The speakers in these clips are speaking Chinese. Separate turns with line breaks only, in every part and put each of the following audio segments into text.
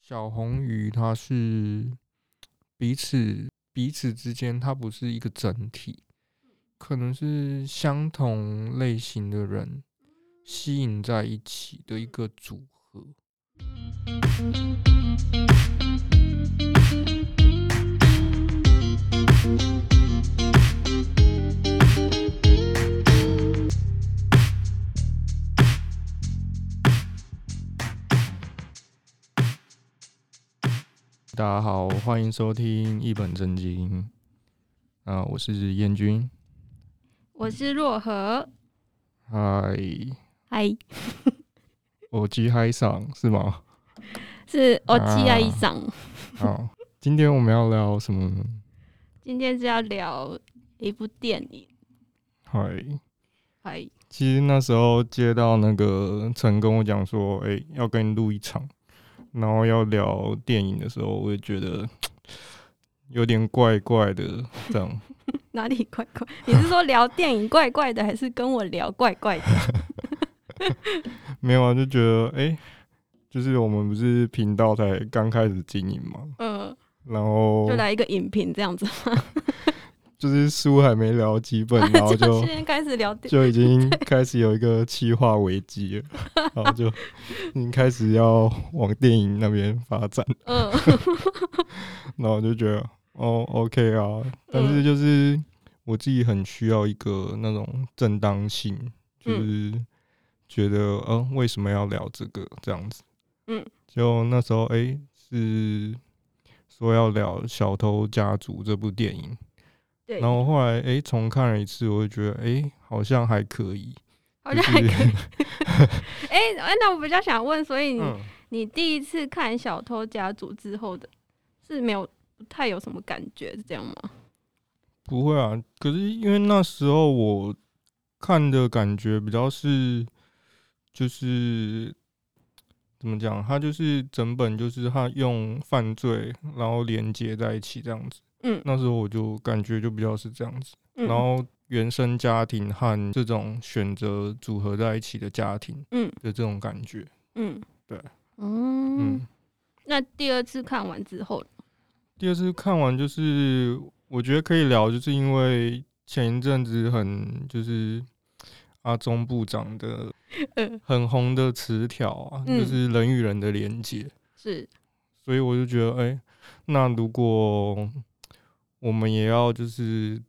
小红鱼它是彼此彼此之间，它不是一个整体，可能是相同类型的人吸引在一起的一个组合。大家好，欢迎收听《一本正经》啊、我是燕君。
我是若何，
嗨，
嗨，
我鸡嗨上是吗？
是我七
啊
爱上。
好，今天我们要聊什么呢？
今天是要聊一部电影，
嗨，
嗨，
其实那时候接到那个陈跟我讲说，哎、要跟你录一场，然后要聊电影的时候，我也觉得有点怪怪的，这样
哪里怪怪？你是说聊电影怪怪的，还是跟我聊怪 怪的？
没有啊，就觉得哎、就是我们不是频道才刚开始经营嘛，
嗯，
然后
就来一个影评这样子。
就是书还没聊几 本，然后就
现在开始聊电，
就已经开始有一个企划危机了，然后就已经开始要往电影那边发展。
嗯，
然后我就觉得哦，OK 啊，但
嗯
是就是我自己很需要一个那种正当性，
嗯
就是觉得嗯、呃为什么要聊这个这样子？
嗯，
就那时候哎、诶是说要聊《小偷家族》这部电影，
对，
然后后来哎、诶重看了一次，我就觉得哎、诶好像还可以，
好
就
像
是
还 可以。 哎、那我比较想问，所以你、
嗯，
你第一次看《小偷家族》之后的，是没有不太有什么感觉，是这样吗？
不会啊，可是因为那时候我看的感觉比较是，就是怎么讲，它就是整本就是它用犯罪然后连接在一起这样子。
嗯
那时候我就感觉就比较是这样子，
嗯，
然后原生家庭和这种选择组合在一起的家庭，
嗯
的这种感觉。
嗯，
对，
嗯
嗯，
那第二次看完之后，
第二次看完就是，我觉得可以聊，就是因为前一阵子很就是阿中部长的
嗯，
很红的词条啊，
嗯
就是人与人的连接，
是，
所以我就觉得，哎、那如果我们也要就是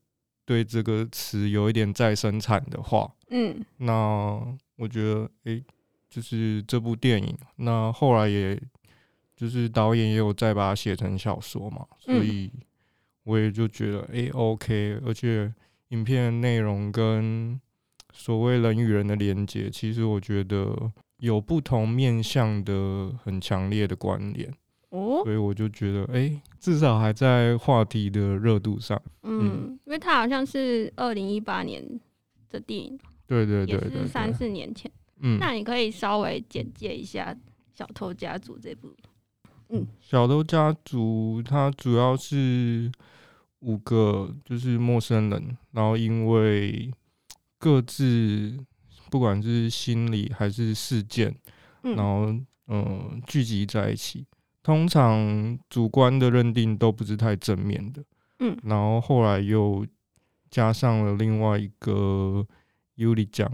对这个词有一点再生产的话，
嗯
那我觉得，哎、就是这部电影，那后来也就是导演也有再把它写成小说嘛，所
嗯
以我也就觉得，哎、o k 而且影片的内容跟所谓人与人的连接，其实我觉得有不同面向的很强烈的关联，
哦，
所以我就觉得，哎、至少还在话题的热度上。
嗯，因为它好像是二零一八年的电影，
对对对
也
对
是三
对，
四年前。
嗯。
那你可以稍微简介一下《小偷家族》这部？
小偷家族它主要是五个就是陌生人，然后因为各自不管是心理还是事件，
嗯
然后呃、聚集在一起，通常主观的认定都不是太正面的，
嗯
然后后来又加上了另外一个尤里奖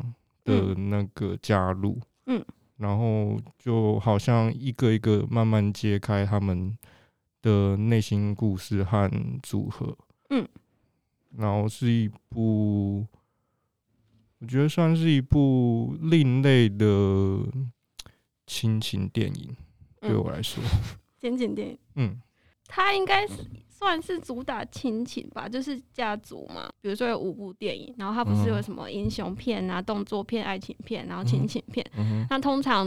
的那个加入，
嗯，
然后就好像一个一个慢慢揭开他们的内心故事和组合，
嗯，
然后是一部，我觉得算是一部另类的亲情电影，对
嗯
我来说，
先简电影，
嗯，
它应该是算是主打亲情吧，就是家族嘛。比如说有五部电影，然后它不是
嗯
有什么英雄片啊、动作片、爱情片，然后
嗯
亲情片。
嗯
那通常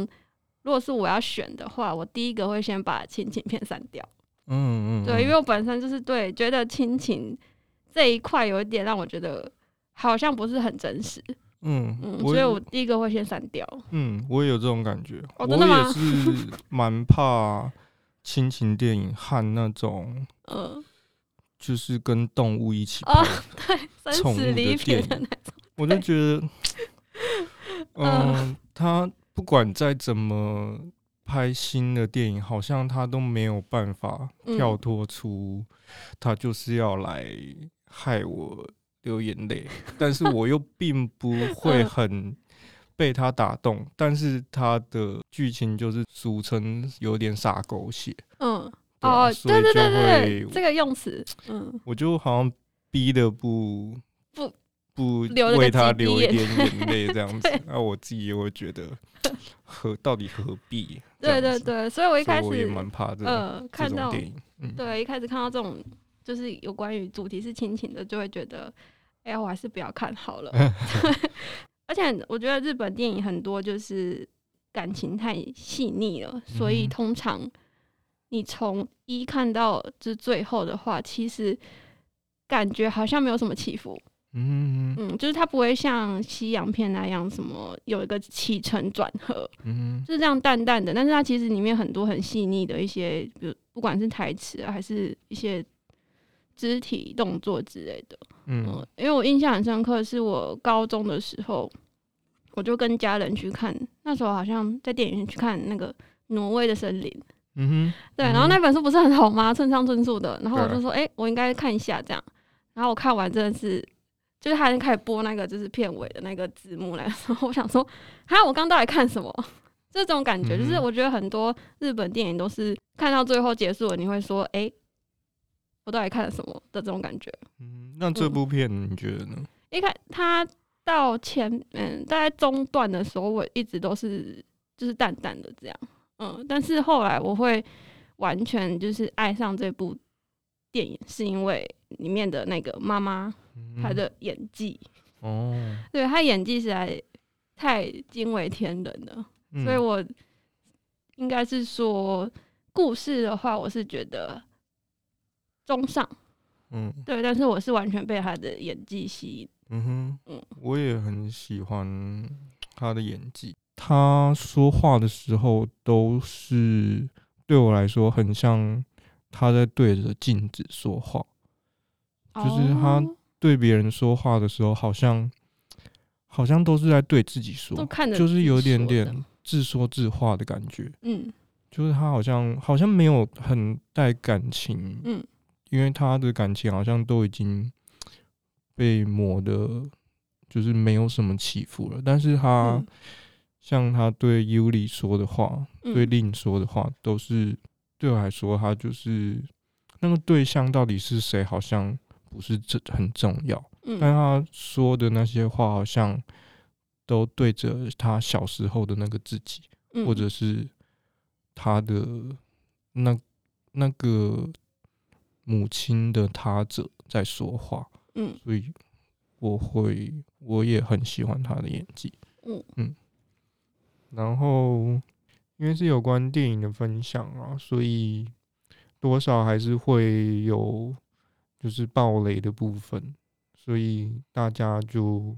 如果是我要选的话，我第一个会先把亲情片删掉。
嗯嗯，
对，因为
为
我本身就是对觉得亲情这一块有一点让我觉得好像不是很真实，
嗯
嗯，
我
所以我第一个会先删掉。
嗯，我也有这种感觉。我
哦真的吗
也是蛮怕亲情电影和那种
嗯，
就是跟动物一起
哦
拍的，
生
宠物
死
的
离别的
电
那
我就觉得，嗯、
嗯
他不管再怎么。拍新的电影，好像他都没有办法
嗯
跳脱出，他就是要来害我流眼泪，但是我又并 不会
嗯
很被他打动，但是他的剧情就是俗称有点傻狗血，
嗯，
对啊
哦，
所
对
以
对
就
对对，
会
这个用词，嗯，
我就好像逼得不
不
不
流了个
为他
几滴
流一
眼
点眼泪 这样子
对，
那、我自己也会觉得何到底何 必？
对对，对，所以我
所
一开
以我也
始
蛮怕这种
呃
这
看
种
到
电影，嗯，
对一开始看到这种就是有关于主题是亲情的，就会觉得，哎、呀，我还是不要看好了。 而且我觉得日本电影很多就是感情太细腻了，所以
嗯
通常你从一看到就是最后的话，其实感觉好像没有什么起伏。
嗯
嗯，就是它不会像西洋片那样什么有一个起承转合，
嗯
就是这样淡淡的，但是它其实里面很多很细腻的一些，比如不管是台词啊，还是一些肢体动作之类的。嗯
嗯，
因为我印象很深刻，是我高中的时候，我就跟家人去看，那时候好像在电影院去看那个《挪威的森林》，
嗯
对，
嗯
然后那本书不是很红吗？村上春树的，然后我
对
就说，哎、我应该看一下这样。然后我看完真的是，就是他已经开始播那个就是片尾的那个字幕了，然后我想说，哈，我刚到底看什么？ 这种感觉，
嗯
就是我觉得很多日本电影都是看到最后结束了，你会说，哎、我到底看了什么的这种感觉。
嗯，那这部片你觉得呢？
一开他到前嗯，大概中段的时候，我一直都是就是淡淡的这样，嗯，但是后来我会完全就是爱上这部电影，是因为里面的那个妈妈
嗯
她的演技，
哦，
对她演技实在太惊为天人了，
嗯
所以我应该是说故事的话，我是觉得中上，
嗯
对，但是我是完全被她的演技吸引，
嗯哼
嗯，
我也很喜欢他的演技。他说话的时候都是对我来说很像他在对着镜子说话，就是她
哦
对别人说话的时候好像好像都是在对自己说
都，看着
就是有
自
点
己说的
点自说自话的感觉。
嗯
就是他好像好像没有很带感情，
嗯，
因为他的感情好像都已经被磨的，就是没有什么起伏了。但是他、
嗯
像他对尤里说的话，
嗯
对令说的话，都是对我来说，他就是那个对象到底是谁，好像不是这很重要。但
嗯
他说的那些话，好像都对着他小时候的那个自己。
嗯
或者是他的那那个母亲的他者在说话，
嗯
所以我会我也很喜欢他的演技。
嗯
然后因为是有关电影的分享啊，所以多少还是会有就是暴雷的部分，所以大家就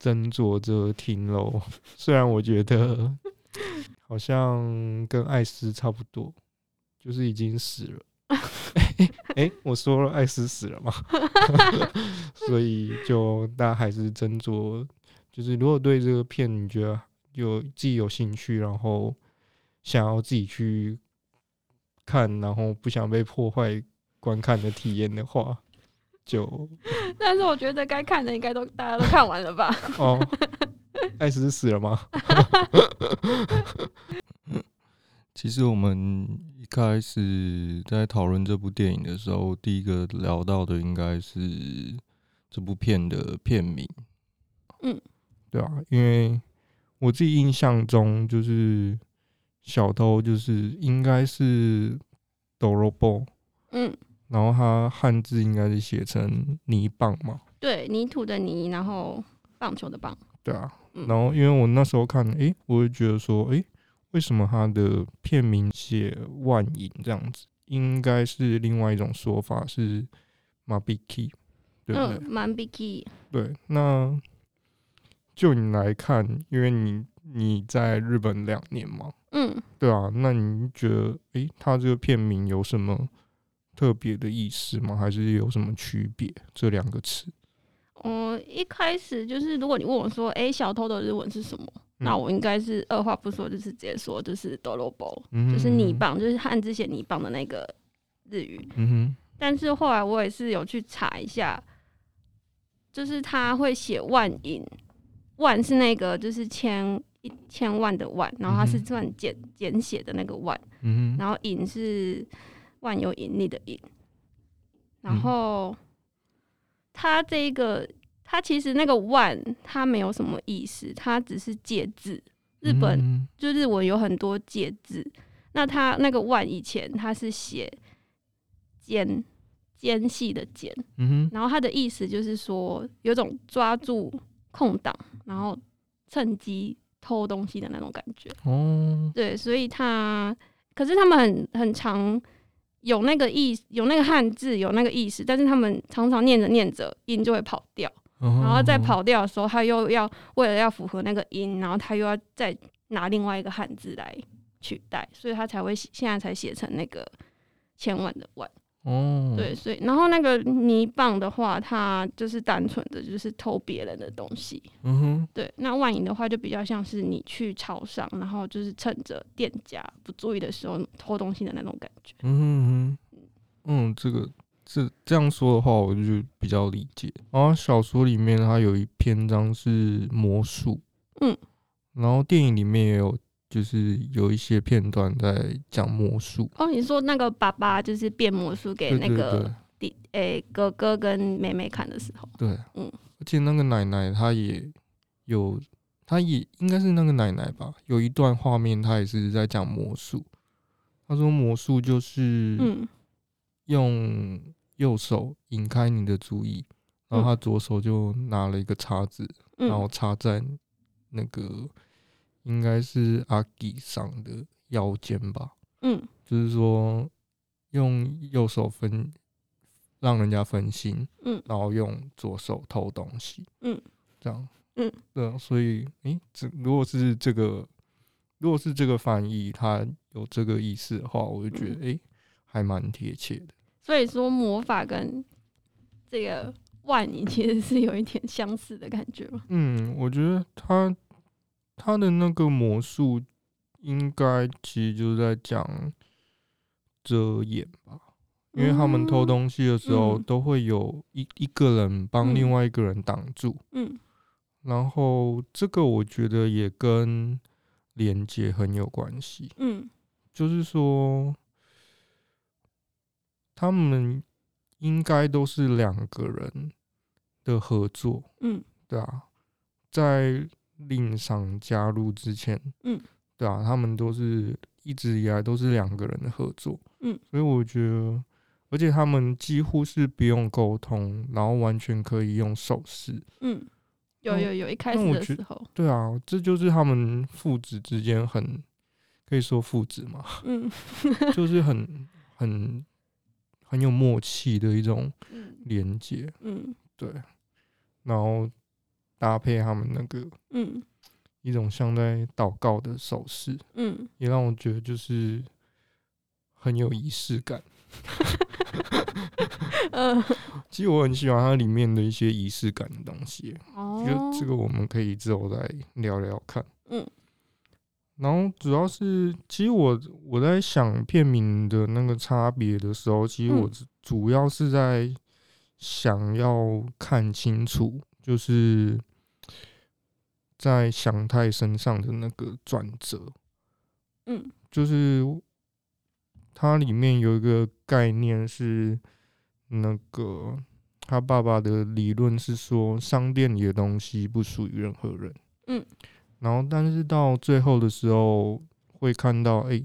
斟酌着听喽。 虽然我觉得好像跟艾斯差不多，就是已经死了。 哎、我说了艾斯死了嘛，所以就大家还是斟酌。就是如果对这个片你觉得有自己有兴趣，然后想要自己去看，然后不想被破坏观看的体验的话，就
但是我觉得该看的应该都大家都看完了吧？
哦， 艾斯死了吗？ 其实我们一开始在讨论这部电影的时候，第一个聊到的应该是这部片的片名。
嗯，
对啊，因为我自己印象中就是小偷就是应该是 Dorobo，
嗯，
然后它汉字应该是写成泥棒嘛。
对，泥土的泥，然后棒球的棒，
对啊，
嗯
然后因为我那时候看，诶、我就觉得说，诶、为什么它的片名写万影这样子？应该是另外一种说法是马比 key，对不对？
嗯，蛮 big，
对，那就你来看，因为你你在日本两年嘛，
嗯，
对啊，那你觉得，诶、它这个片名有什么特别的意思吗？还是有什么区别？这两个词？
我一开始就是如果你问我说，哎、小偷的日文是什么？
嗯
那我应该是二话不说，就是直接说就是德罗波，
嗯哼
就是泥，棒，就是汉字写泥棒的那个日语。
嗯
但是后来我也是有去查一下，就是他会写万银，万是那个就是千一千万的万，然后它是
嗯哼
算简简写的那个万，
哼，嗯哼，
然后银是万有引力的引，然
嗯
后它这一个它其实那个万它没有什么意思，它只是借字。日本
嗯
就日文有很多介字，那它那个万以前它是写间间隙的间，
嗯哼，
然后它的意思就是说有种抓住空档，然后趁机偷东西的那种感觉。
哦，
对，所以它可是他们很很常有那个意有那个汉字有那个意思，但是他们常常念着念着音就会跑掉。然
然
后在，跑掉的时候，他又要为了要符合那个音，然后他又要再拿另外一个汉字来取代，所以他才会写现在才写成那个千万的万。
哦，
对，，所以然后那个泥棒的话，它就是单纯的就是偷别人的东西。
嗯哼，
对，那万银的话就比较像是你去超商，然后就是趁着店家不注意的时候偷东西的那种感觉。
嗯哼嗯哼，嗯，这个这这样说的话，我就比较理解。然后小说里面它有一篇章是魔术，
嗯，
然后电影里面也有，就是有一些片段在讲魔术，
哦，你说那个爸爸就是变魔术给
对
那
对对
个弟诶、哥哥跟妹妹看的时候，
对，
嗯
而且那个奶奶她也有，她也应该是那个奶奶吧，有一段画面她也是在讲魔术，她说魔术就是，
嗯
用右手引开你的注意，然后他左手就拿了一个叉子，
嗯，
然后插在那个应该是阿吉上的腰间吧，
嗯。
就是说用右手分让人家分心，
嗯
然后用左手偷东西，
嗯，
这样，
嗯，
对啊，所以诶，这如果是这个如果是这个翻译，他有这个意思的话，我就觉
嗯
得诶，还蛮贴切的。
所以说魔法跟这个万年其实是有一点相似的感觉嘛。
嗯，我觉得他他的那个魔术应该其实就是在讲遮掩吧，因为他们偷
嗯
东西的时候
嗯
都会有一一个人帮另
嗯
外一个人挡住，
嗯
然后这个我觉得也跟连接很有关系，
嗯
就是说他们应该都是两个人的合作，
嗯
对啊，在令赏加入之前，
嗯，
对啊，他们都是一直以来都是两个人的合作，
嗯，
所以我觉得，而且他们几乎是不用沟通，然后完全可以用手势，
嗯，有
那
有有，一开
哦那
始
我
的
觉
时候，
对啊，这就是他们父子之间很可以说父子嘛，
嗯
就是很很很有默契的一种
嗯
连接，
嗯
对，然后搭配他们那个
嗯
一种像在祷告的手势，
嗯，
也让我觉得就是很有仪式感。
呃，
其实我很喜欢它里面的一些仪式感的东西，我觉
哦
得，这个我们可以之后再聊聊看。
嗯
然后主要是，其实我我在想片名的那个差别的时候，其实我
嗯
主主要是在想要看清楚，就是在祥太身上的那个转折。
嗯
就是它里面有一个概念是那个他爸爸的理论是说，商店里的东西不属于任何人。
嗯，
然后但是到最后的时候会看到，哎、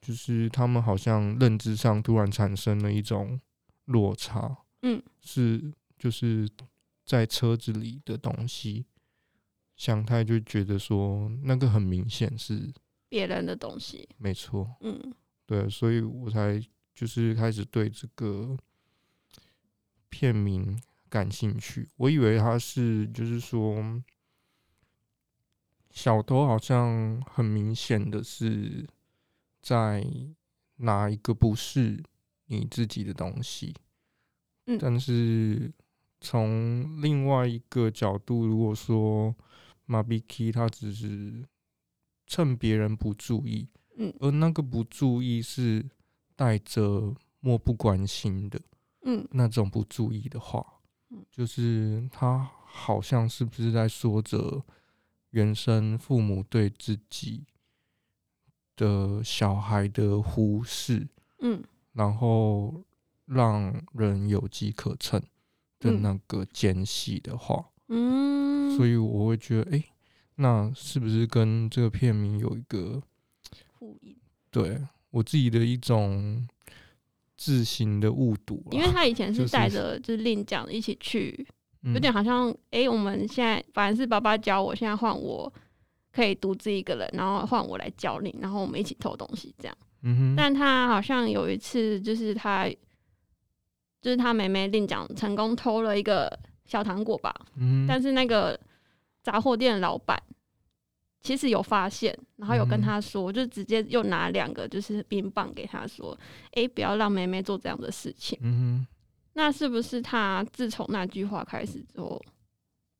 就是他们好像认知上突然产生了一种落差。
嗯，
是就是在车子里的东西。祥太就觉得说，那个很明显是
别人的东西，
没错，
嗯
对，所以我才就是开始对这个片名感兴趣。我以为他是就是说，小偷好像很明显的是在拿一个不是你自己的东西，
嗯
但是从另外一个角度，如果说马比基他只是趁别人不注意，
嗯
而那个不注意是带着漠不关心的
嗯
那种不注意的话
嗯，
就是他好像是不是在说着原生父母对自己的小孩的忽视，
嗯
然后让人有机可乘的
嗯
那个间隙的话，
嗯，
所以我会觉得，诶，那是不是跟这个片名有一个
呼应
对我自己的一种自行的误读、啊？
因为他以前
就是是
带着就是令奖一起去，有点
嗯、
好像诶，我们现在反正是爸爸教我，现在换我可以独自一个人，然后换我来教你，然后我们一起偷东西这样。
嗯哼，
但他好像有一次，就是他，就是他妹妹令奖成功偷了一个小糖果吧，
嗯哼
但是那个杂货店老板其实有发现，然后有跟
嗯
他说，就直接又拿两个就是冰棒给他说，诶，不要让妹妹做这样的事情。
嗯
那是不是他自从那句话开始之后，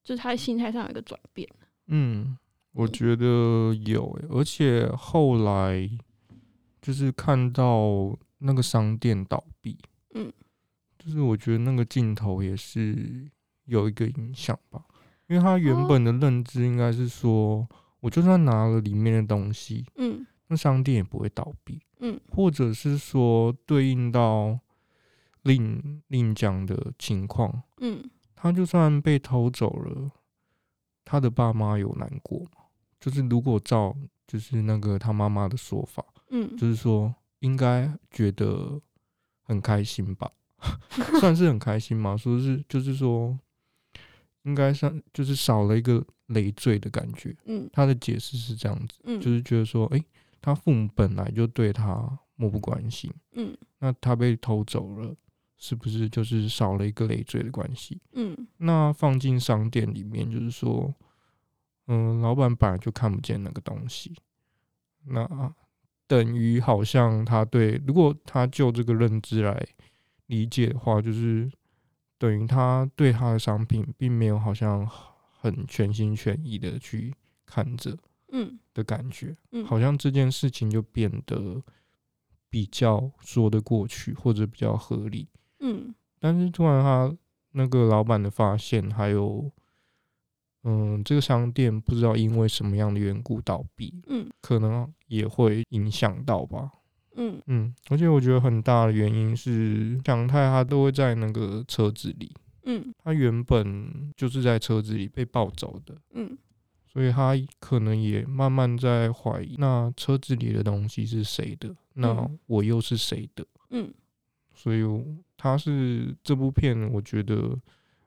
就是他心态上有一个转变？
哼，嗯，我觉得有、诶，而且后来就是看到那个商店倒闭，
嗯，
就是我觉得那个镜头也是有一个影响吧，因为他
哦
原本的认知应该是说，我就算拿了里面的东西，
嗯
那商店也不会倒闭，
嗯，
或者是说对应到另另讲的情况，
嗯
他就算被偷走了，他的爸妈有难过吗？就是如果照就是那个他妈妈的说法，
嗯
就是说应该觉得很开心吧， 算是很开心嘛，说是就是说应该算就是少了一个累赘的感觉。
嗯
他的解释是这样子，
嗯，
就是觉得说，诶，他父母本来就对他漠不关心，
嗯
那他被偷走了，是不是就是少了一个累赘的关系？
嗯
那放进商店里面，就是说，嗯，老板本来就看不见那个东西，那等于好像他对，如果他就这个认知来理解的话，就是等于他对他的商品并没有好像很全心全意的去看着
嗯
的感觉，
嗯，
好像这件事情就变得比较说得过去，或者比较合理。
嗯
但是突然他那个老板的发现，还有，嗯，这个商店不知道因为什么样的缘故倒闭，
嗯
可能也会影响到吧。
嗯
嗯，而且我觉得很大的原因是，蒋太他都会在那个车子里，
嗯
他原本就是在车子里被抱走的，
嗯
所以他可能也慢慢在怀疑，那车子里的东西是谁的，那
嗯
我又是谁的？
嗯
所以我它是这部片我觉得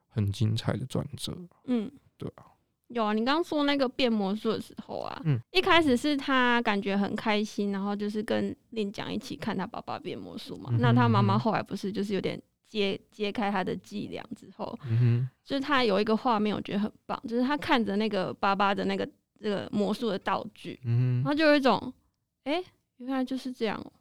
很精彩的转折。
嗯，
对
啊。有啊，你刚刚说那个变魔术的时候啊，
嗯
一开始是他感觉很开心，然后就是跟令奖一起看他爸爸变魔术嘛。
嗯哼
那他妈妈
嗯哼
后来不是就是有点揭揭开他的伎俩之后，
嗯
就是他有一个画面，我觉得很棒，就是他看着那个爸爸的那个这个魔术的道具
哼，，嗯
然
哼，
后就有一种，哎、原来就是这样、哦。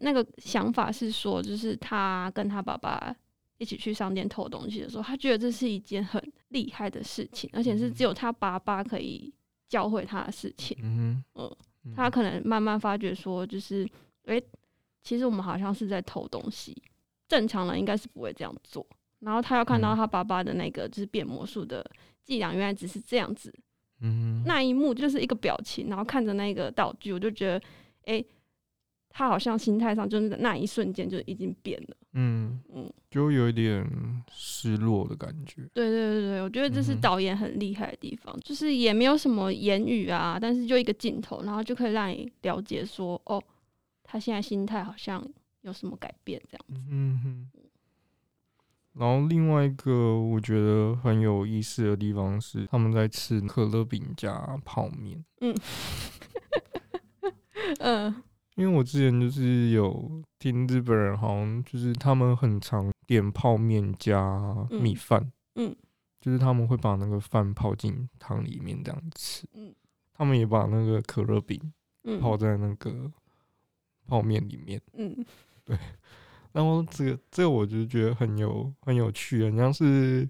那个想法是说，就是他跟他爸爸一起去商店偷东西的时候，他觉得这是一件很厉害的事情，而且是只有他爸爸可以教会他的事情。
嗯
呃
哼，
他可能慢慢发觉说，就是，诶、其实我们好像是在偷东西，正常人应该是不会这样做。然后他又看
嗯
到他爸爸的那个就是变魔术的伎俩，原来只是这样子。
嗯哼，
那一幕就是一个表情，然后看着那个道具，我就觉得，诶、他好像心态上就是那一瞬间就已经变了。
嗯，
嗯，
就有一点失落的感觉。
对对对对，我觉得这是
嗯哼
导演很厉害的地方，就是也没有什么言语啊，但是就一个镜头，然后就可以让你了解说，哦，他现在心态好像有什么改变这样。
嗯哼。然后另外一个我觉得很有意思的地方是，他们在吃可乐饼加泡面。
嗯、
因为我之前就是有听日本人，好像就是他们很常点泡面加米饭、
嗯嗯
就是他们会把那个饭泡进汤里面这样吃，
嗯
他们也把那个可乐饼
嗯，
泡在那个泡面里面，
嗯
然后这个这个我就觉得很有很有趣，很像是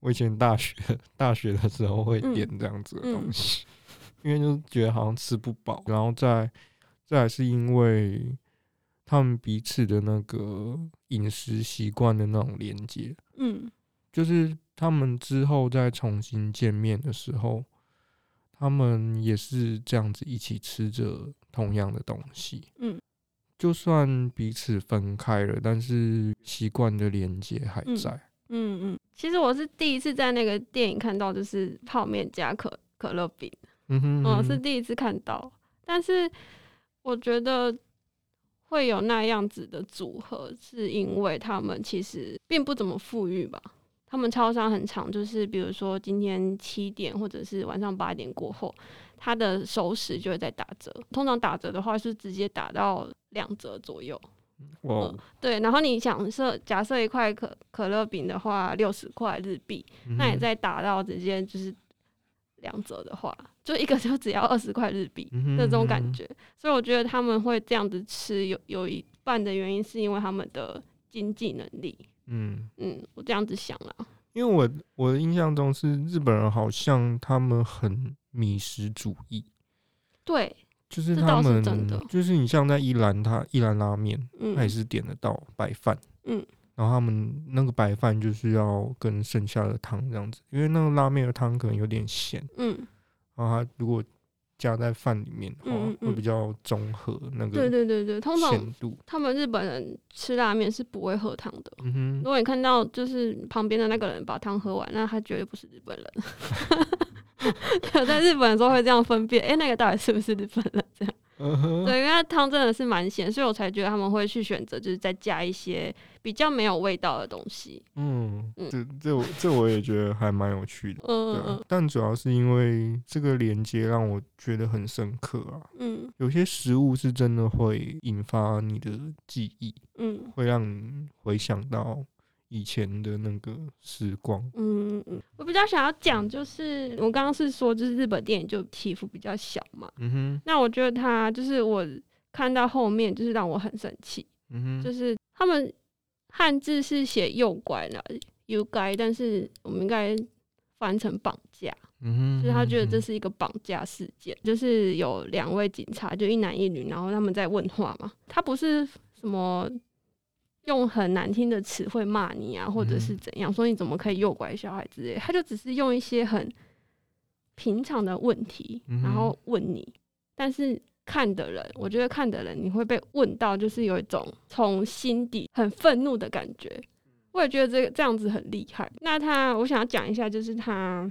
我以前大学大学的时候会点这样子的东西， 因为就是觉得好像吃不饱，然后再再来是因为他们彼此的那个饮食习惯的那种连接，
嗯
就是他们之后再重新见面的时候，他们也是这样子一起吃着同样的东西。
嗯，
就算彼此分开了，但是习惯的连接还
嗯
在。
嗯嗯。其实我是第一次在那个电影看到，就是泡面加可可乐饼，
嗯哼
嗯，是
哼
第一次看到。但是我觉得会有那样子的组合，是因为他们其实并不怎么富裕吧。他们超商很长，就是比如说今天七点或者是晚上八点过后，它的熟食就会在打折。通常打折的话是直接打到两折左右。
哇，哦
对，然后你想设假设一块可可乐饼的话，六十块日币，那
嗯
你
哼
再打到直接就是两折的话，就一个就只要二十块日币
嗯哼
那种感
哼
觉。所以我觉得他们会这样子吃，有有一半的原因是因为他们的经济能力。
嗯，
嗯，我这样子想啦。
因为我我的印象中是日本人好像他们很米食主义，
对，
就是
这
他
倒是
们
真的
就是你像在伊兰他伊兰拉面，
嗯
他也是点得到白饭，
嗯，
然后他们那个白饭就是要跟剩下的汤这样子，因为那个拉面的汤可能有点咸，
嗯，
然后它如果加在饭里面的话，
嗯嗯嗯
会比较中和那
对
个
对对对，通常
咸度。
他们日本人吃拉面是不会喝汤的。
嗯哼，
如果你看到就是旁边的那个人把汤喝完，那他绝对不是日本人。 对，在日本的时候会这样分辨，哎、那个到底是不是日本人？这样
嗯哼，
对，因为它汤真的是蛮咸，所以我才觉得他们会去选择就是再加一些比较没有味道的东西。
嗯，
嗯
这这我这我也觉得还蛮有趣的。对
嗯
啊
嗯，
但主要是因为这个连接让我觉得很深刻啊。
嗯
有些食物是真的会引发你的记忆，
嗯
会让你回想到以前的那个时光。
嗯嗯嗯，我比较想要讲就是我刚刚是说就是日本电影就起伏比较小嘛，
嗯哼，
那我觉得他就是我看到后面就是让我很生气，
嗯哼，
就是他们汉字是写诱拐啦，诱拐，但是我们应该翻成绑架，
嗯哼，
就是他觉得这
嗯
是一个绑架事件，就是有两位警察，就一男一女，然后他们在问话嘛，他不是什么。用很难听的词汇骂你啊，或者是
嗯
怎样，说你怎么可以诱拐小孩之类，他就只是用一些很平常的问题，
嗯哼
然后问你，但是看的人，我觉得看的人你会被问到，就是有一种从心底很愤怒的感觉。我也觉得这个这样子很厉害。那他，我想要讲一下，就是他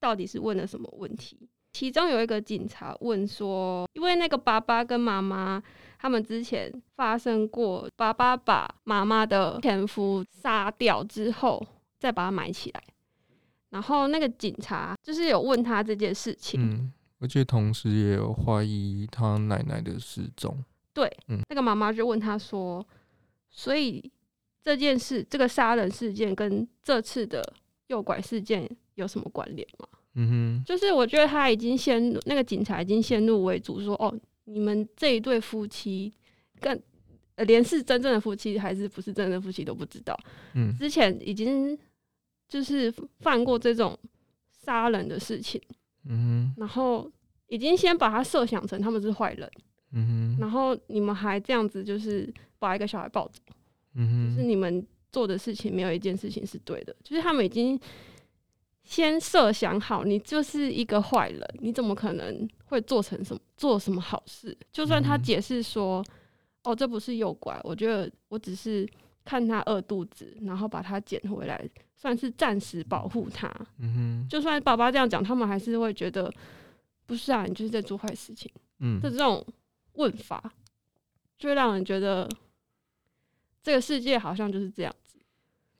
到底是问了什么问题？其中有一个警察问说，因为那个爸爸跟妈妈他们之前发生过，爸爸把妈妈的前夫杀掉之后，再把他埋起来。然后那个警察就是有问他这件事情，
嗯，而且同时也有怀疑他奶奶的失踪。
对，
嗯
那个妈妈就问他说：“所以这件事，这个杀人事件跟这次的诱拐事件有什么关联吗
嗯？”
就是我觉得他已经陷入那个警察已经陷入为主说：“哦，你们这一对夫妻跟、呃连是真正的夫妻还是不是真正的夫妻都不知道，
哼，嗯
之前已经就是犯过这种杀人的事情，
嗯哼
然后已经先把他设想成他们是坏人。”
嗯哼
然后你们还这样子，就是把一个小孩抱走，
嗯
就是
哼，
你们做的事情没有一件事情是对的，就是他们已经先设想好，你就是一个坏人，你怎么可能会做成什么做什么好事？就算他
嗯
解释说，哦，这不是诱拐，我觉得我只是看他饿肚子，然后把他捡回来，算是暂时保护他。
嗯哼，
就算爸爸这样讲，他们还是会觉得不是啊，你就是在做坏事情。
嗯
的这种问法，就会让人觉得这个世界好像就是这样。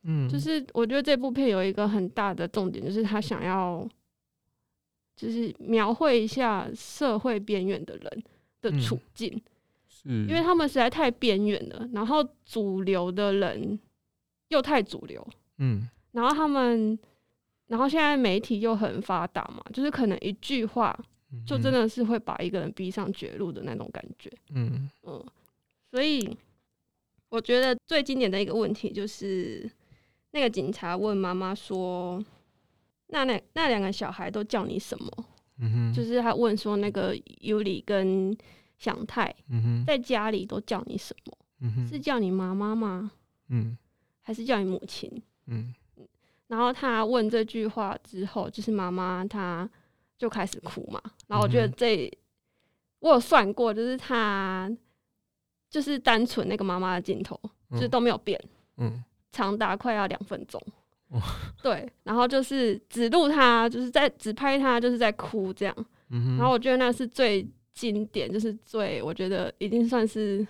嗯，
就是我觉得这部片有一个很大的重点，就是他想要就是描绘一下社会边缘的人的
嗯
处境，
是，
因为他们实在太边缘了，然后主流的人又太主流，
嗯
然后他们。然后现在媒体又很发达嘛，就是可能一句话就真的是会把一个人逼上绝路的那种感觉。
嗯
嗯，所以我觉得最经典的一个问题就是，那个警察问妈妈说：“那那那两个小孩都叫你什么？”
嗯哼，
就是是他问说那个尤里跟祥太
嗯哼，
在家里都叫你什么？
嗯哼，
是叫你妈妈吗？
嗯
还是叫你母亲？
嗯
然后他问这句话之后，就是妈妈她就开始哭嘛。然后我觉得
嗯哼
这、我有算过，就是她就是单纯那个妈妈的镜头，
嗯
就是都没有变，
嗯
长达快要两分钟
哇。
对，然后就是只录她，就是在只拍她，就是在哭这样。
嗯哼，
然后我觉得那是最经典，就是最我觉得一定算是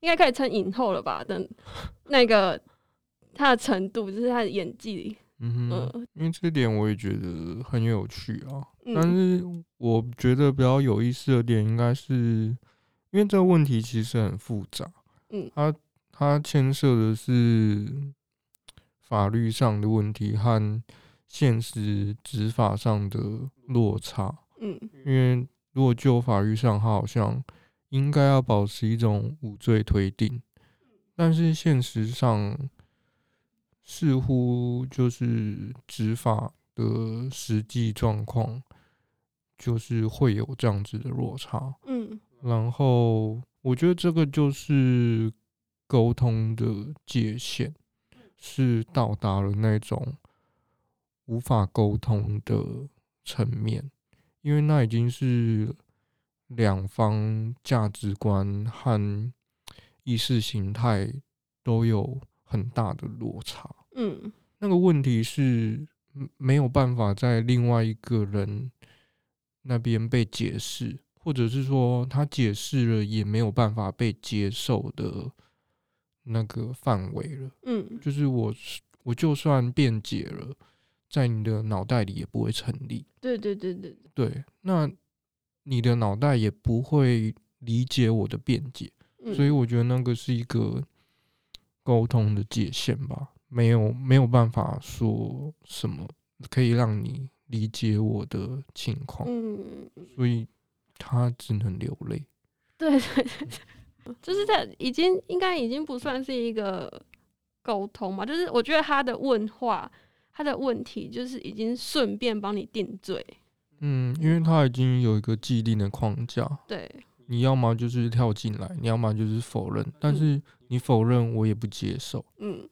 应该可以称影后了吧 的，那个她的程度，就是她的演技，
嗯哼，
嗯
因为这点我也觉得很有趣啊。但
嗯
是我觉得比较有意思的点，应该是因为这个问题其实很复杂，
嗯
它它牵涉的是法律上的问题和现实执法上的落差。
嗯
因为如果就法律上，它好像应该要保持一种无罪推定，但是现实上似乎就是执法的实际状况，就是会有这样子的落差。
嗯
然后我觉得这个就是沟通的界限，是到达了那种无法沟通的层面，因为那已经是两方价值观和意识形态都有很大的落差。
嗯
那个问题是嗯没有办法在另外一个人那边被解释，或者是说他解释了也没有办法被接受的那个范围了。
嗯
就是我是我就算辩解了，在你的脑袋里也不会成立。
对对对对，
对，那你的脑袋也不会理解我的辩解。
嗯
所以我觉得那个是一个沟通的界限吧，没有没有办法说什么可以让你理解我的情况，
嗯，
所以他只能流泪。
对对对对， 就是在已经应该已经不算是一个沟通嘛，就是我觉得他的问话，他的问题就是已经顺便帮你定罪，
嗯，因为他已经有一个既定的框架，
对
你要么就是跳进来，你要么就是否认，但是你否认我也不接受，
嗯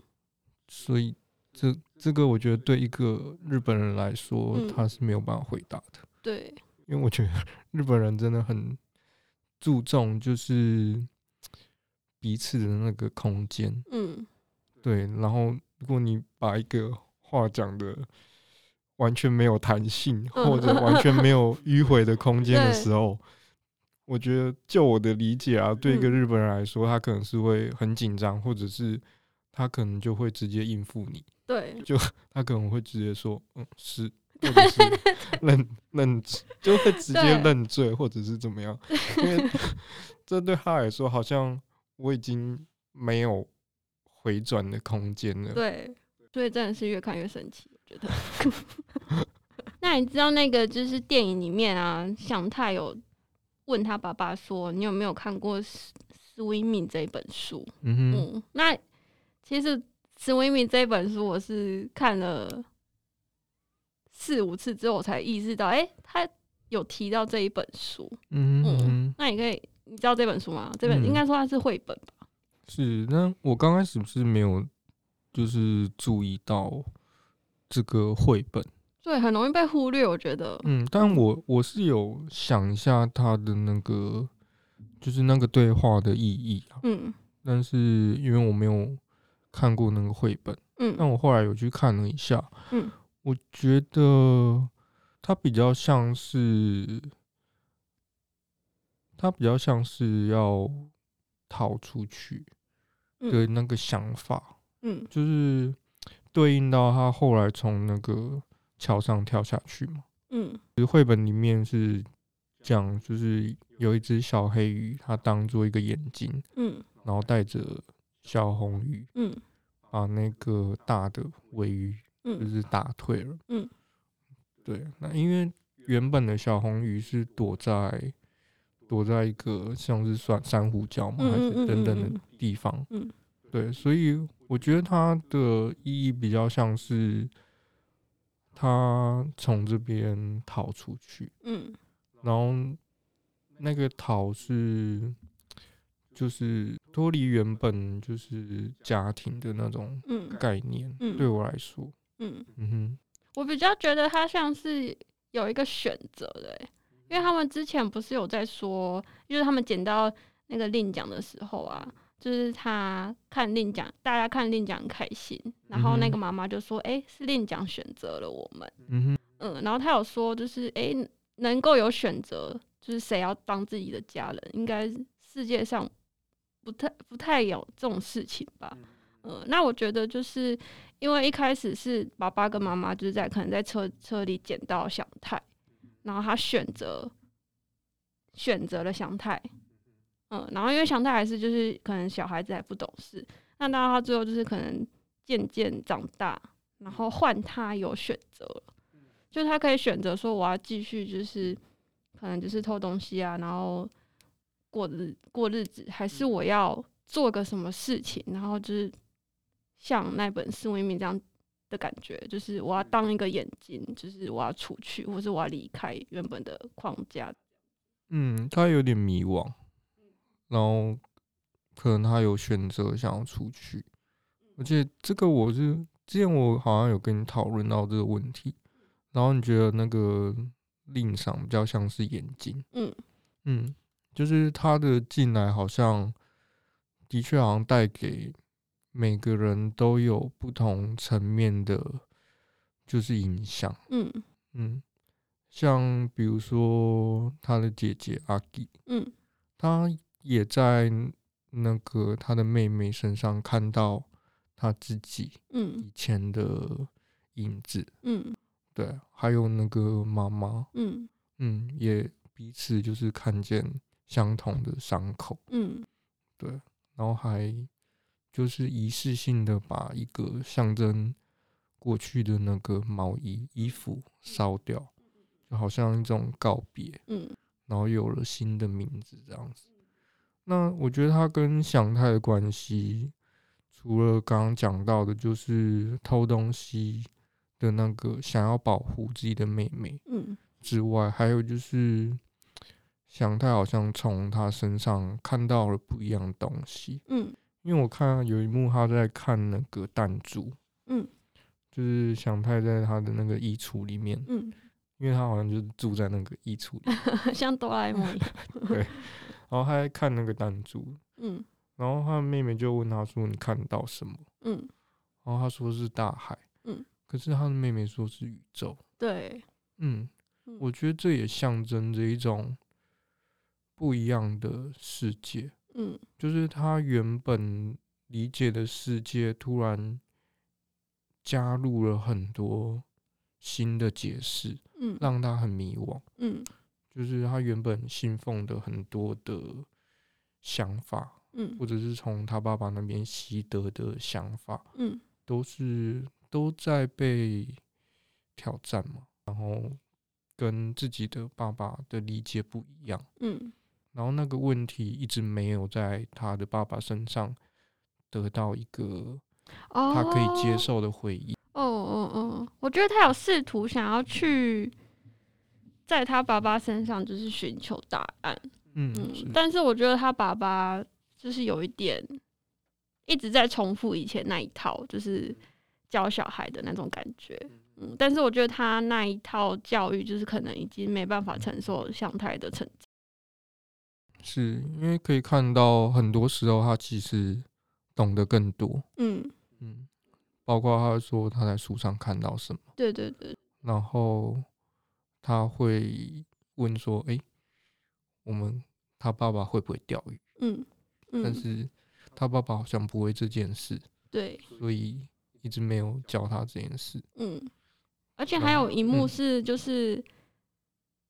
所以这这个我觉得对一个日本人来说
嗯
他是没有办法回答的。
对，
因为我觉得 日本人真的很注重就是彼此的那个空间，
嗯
对。然后如果你把一个话讲的完全没有弹性，
嗯
或者完全没有迂回的空间的
对
时候，我觉得就我的理解啊，对一个
嗯
日本人来说，他可能是会很紧张，或者是他可能就会直接应付你。
对
他可能会直接说，嗯，是，或者是认认就会直接
对
认罪，或者是怎么样，因为这对他来说好像我已经没有回转的空间了。
对，所以真的是越看越生气，我觉得。 那你知道那个就是电影里面啊，祥太有问他爸爸说：“你有没有看过《Swimming》这一本书？”
嗯哼，
嗯，那其实《Swimming》这本书我是看了四五次之后，我才意识到，哎、他有提到这一本书。
嗯哼，嗯
嗯
哼，
那你可以，你知道这本书吗？这本、
嗯
应该说它是绘本吧？
是。那我刚开始是没有，就是注意到这个绘本，
对，很容易被忽略，我觉得。
嗯，但我我是有想一下他的那个，就是那个对话的意义啊。
嗯
但是因为我没有看过那个绘本，
嗯
但我后来有去看了一下，
嗯，
我觉得它比较像是，它比较像是要逃出去的
嗯
那个想法，
嗯
就是对应到他后来从那个桥上跳下去嘛。
嗯
其实绘本里面是讲，就是有一只小黑鱼，它当做一个眼睛，
嗯
然后带着小红鱼，
嗯
把啊那个大的尾鱼就
嗯
是打退了。
嗯，
对，那因为原本的小红鱼是躲在躲在一个像是算珊瑚礁嘛，还
嗯
是
嗯嗯
等等
嗯
的地方。
嗯，
对，所以我觉得它的意义比较像是他从这边逃出去，
嗯
然后那个逃是就是脱离原本就是家庭的那种
嗯
概念，
嗯
对我来说，
嗯，
嗯哼，
我比较觉得它像是有一个选择的欸、因为他们之前不是有在说，就是他们捡到那个令奖的时候啊，就是他看令奖，大家看令奖很开心，然后
嗯
那
哼
个妈妈就说：“哎、是令奖选择了我们。”
嗯哼，
嗯，然后他有说，就是哎、诶能够有选择，就是谁要当自己的家人，应该世界上不太不太有这种事情吧。嗯，那我觉得就是因为一开始是爸爸跟妈妈就是在可能在车车里捡到祥太，然后他选择选择了祥太，嗯，然后因为祥太还是就是可能小孩子还不懂事，那到他最后就是可能渐渐长大，然后换他有选择了，就他可以选择说我要继续就是可能就是偷东西啊，然后过日过日子，还是我要做个什么事情，然后就是像那本《四维明》这样的感觉，就是我要当一个眼睛，就是我要出去，或是我要离开原本的框架。
嗯，他有点迷惘，
嗯
然后可能他有选择想要出去，
嗯
而且这个我是之前我好像有跟你讨论到这个问题，
嗯
然后你觉得那个令赏比较像是眼睛，
嗯
嗯，就是他的进来好像的确好像带给每个人都有不同层面的，就是影响。
嗯
嗯，像比如说他的姐姐阿吉，
嗯
她也在那个她的妹妹身上看到她自己
嗯
以前的影子，
嗯
对，还有那个妈妈，
嗯
嗯，也彼此就是看见相同的伤口，
嗯
对，然后还就是仪式性的把一个象征过去的那个毛衣衣服烧掉，就好像一种告别。
嗯
然后有了新的名字这样子。那我觉得他跟祥太的关系，除了刚刚讲到的，就是偷东西的那个想要保护自己的妹妹
嗯
之外，还有就是祥太好像从他身上看到了不一样的东西。
嗯
因为我看有一幕他在看那个弹珠，
嗯，
就是祥太在他的那个衣橱里面，
嗯，
因为他好像就是住在那个衣橱里，
像哆啦 A 梦一样。
然后他在看那个弹珠，
嗯
然后他妹妹就问他说：“你看到什么
嗯，？”
然后他说是大海，
嗯，
可是他的妹妹说是宇宙，
对，
嗯，
嗯
我觉得这也象征着一种不一样的世界，
嗯
就是他原本理解的世界突然加入了很多新的解释，
嗯
让他很迷惘，
嗯
就是他原本信奉的很多的想法，
嗯
或者是从他爸爸那边习得的想法，
嗯
都是都在被挑战嘛，然后跟自己的爸爸的理解不一样，
嗯
然后那个问题一直没有在他的爸爸身上得到一个
哦，
他可以接受的回应。
哦哦哦，我觉得他有试图想要去在他爸爸身上就是寻求答案，
嗯，是
嗯，但是我觉得他爸爸就是有一点一直在重复以前那一套，就是教小孩的那种感觉，嗯，但是我觉得他那一套教育就是可能已经没办法承受向太的成长，
是因为可以看到，很多时候他其实懂得更多。
嗯，
嗯，包括他说他在书上看到什么。
对对对，
然后他会问说：“诶，我们他爸爸会不会钓鱼？”
嗯
但
嗯，
是他爸爸好像不会这件事，
对，
所以一直没有教他这件事。
嗯，而且
然
还有
后
一幕
嗯
是，就是、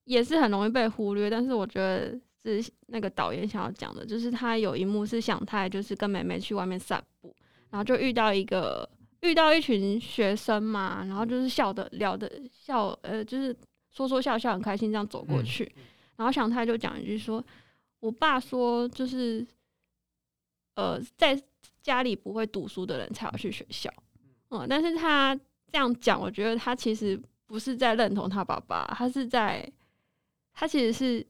也是很容易被忽略，但是我觉得是那个导演想要讲的，就是他有一幕是想太，就是跟妹妹去外面散步，然后就遇到一个遇到一群学生嘛，然后
嗯
就是笑的聊的笑，呃，就是说说笑笑很开心这样走过
嗯
去，然后想太就讲一句说，我爸说就是，呃，在家里不会读书的人才要去学校，嗯，但是他这样讲，我觉得他其实不是在认同他爸爸，他是在他其实是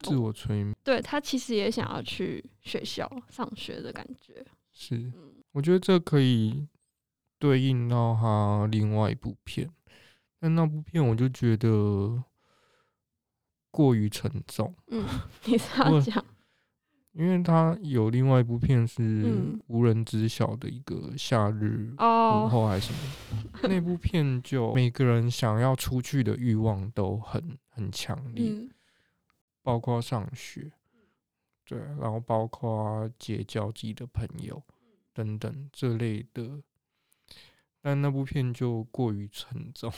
自我催眠
对他其实也想要去学校上学的感觉，
是，
嗯，
我觉得这可以对应到他另外一部片，但那部片我就觉得过于沉重，
嗯，你是要
我
讲，
因为他有另外一部片是
嗯
无人知晓的一个夏日午
哦，
后还是什么，那部片就每个人想要出去的欲望都很很强烈，
嗯
包括上学，对，然后包括结交自己的朋友等等这类的。但那部片就过于沉重，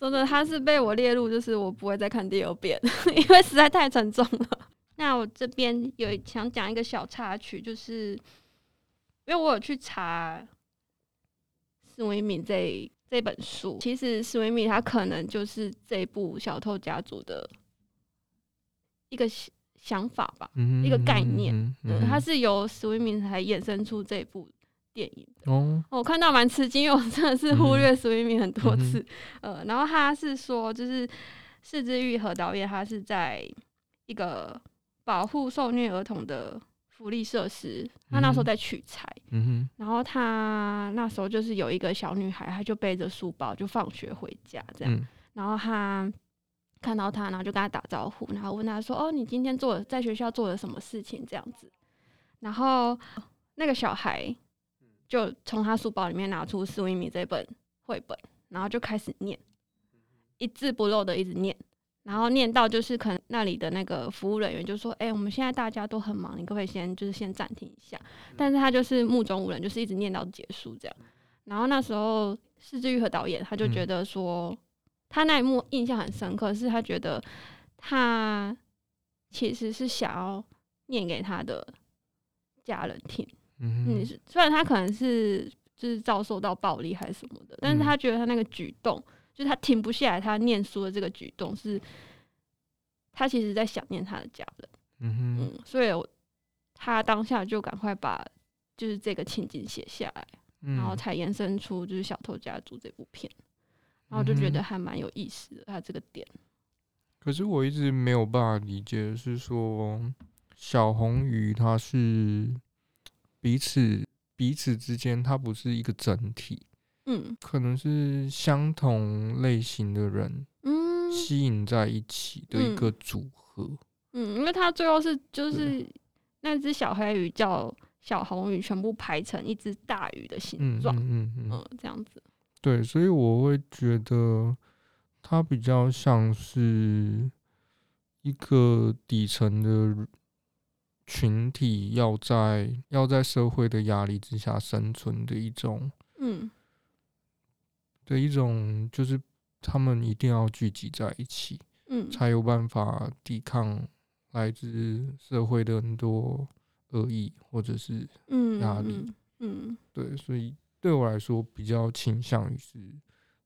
真的，他是被我列入，就是我不会再看第二遍， 因为实在太沉重了。 那我这边有想讲一个小插曲，就是因为我有去查史维敏这这本书，其实史维敏他可能就是这部《小偷家族》的一个想想法吧，
嗯哼，
一个概念
嗯哼，
嗯，
嗯
它
哼
是由史维敏才衍生出这部电影。
哦，
我看到蛮吃惊，因为我真的是忽略 swimming 很多
嗯哼
次。呃，然后他是说，就是四之玉和导演，他是在一个保护受虐儿童的福利设施，他那时候
嗯
在取材，
嗯
然后他那时候就是有一个小女孩，她就背着书包就放学回家这
哼，
样，
嗯
然后他。看到他，然后就跟他打招呼，然后问他说：“哦，你今天做了在学校做了什么事情？”这样子，然后那个小孩就从他书包里面拿出《斯维米》这本绘本，然后就开始念，一字不漏的一直念，然后念到就是可能那里的那个服务人员就说：“哎、我们现在大家都很忙，你可不可以先就是先暂停一下？”但是他就是目中无人，就是一直念到结束这样。然后那时候施之玉和导演他就觉得说，他那一幕印象很深刻，是他觉得他其实是想要念给他的家人听。
嗯
嗯，
哼，
是虽然他可能是就是遭受到暴力还是什么的，但
嗯
是他觉得他那个举动，就是他停不下来，他念书的这个举动是，他其实在想念他的家人，
嗯哼，
嗯，所以我他当下就赶快把就是这个情景写下来，
嗯
然后才延伸出就是《小偷家族》这部片，然后我就觉得
嗯哼
还蛮有意思的，他这个点，
可是我一直没有办法理解，是说小红鱼它是彼此彼此之间，它不是一个整体，
嗯
可能是相同类型的人
嗯
吸引在一起的一
嗯
个组合。
嗯，因为他最后是就是那只小黑鱼叫小红鱼，全部排成一只大鱼的形
嗯
状，
嗯嗯
嗯
嗯，
这样子，
对，所以我会觉得它比较像是一个底层的群体要在要在社会的压力之下生存的一种
嗯
的一种，就是他们一定要聚集在一起。
嗯
才有办法抵抗来自社会的很多恶意，或者是
嗯
压力
嗯嗯
对，所以对我来说比较倾向于是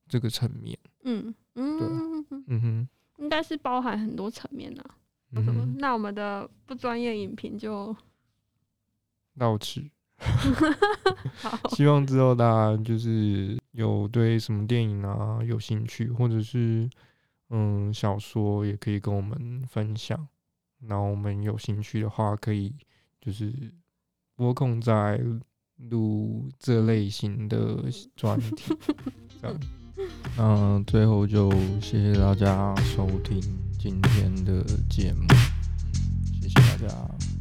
这个层面。
嗯嗯嗯，
嗯哼，
应该是包含很多层面的、
嗯
什么
哼，
那我们的不专业影评就
到此。
好，
希望之后大家就是有对什么电影啊有兴趣，或者是嗯小说，也可以跟我们分享。然后我们有兴趣的话，可以就是拨空在录这类型 的专题，这样。 那最后就谢谢大家收听今天的节目，嗯谢谢大家，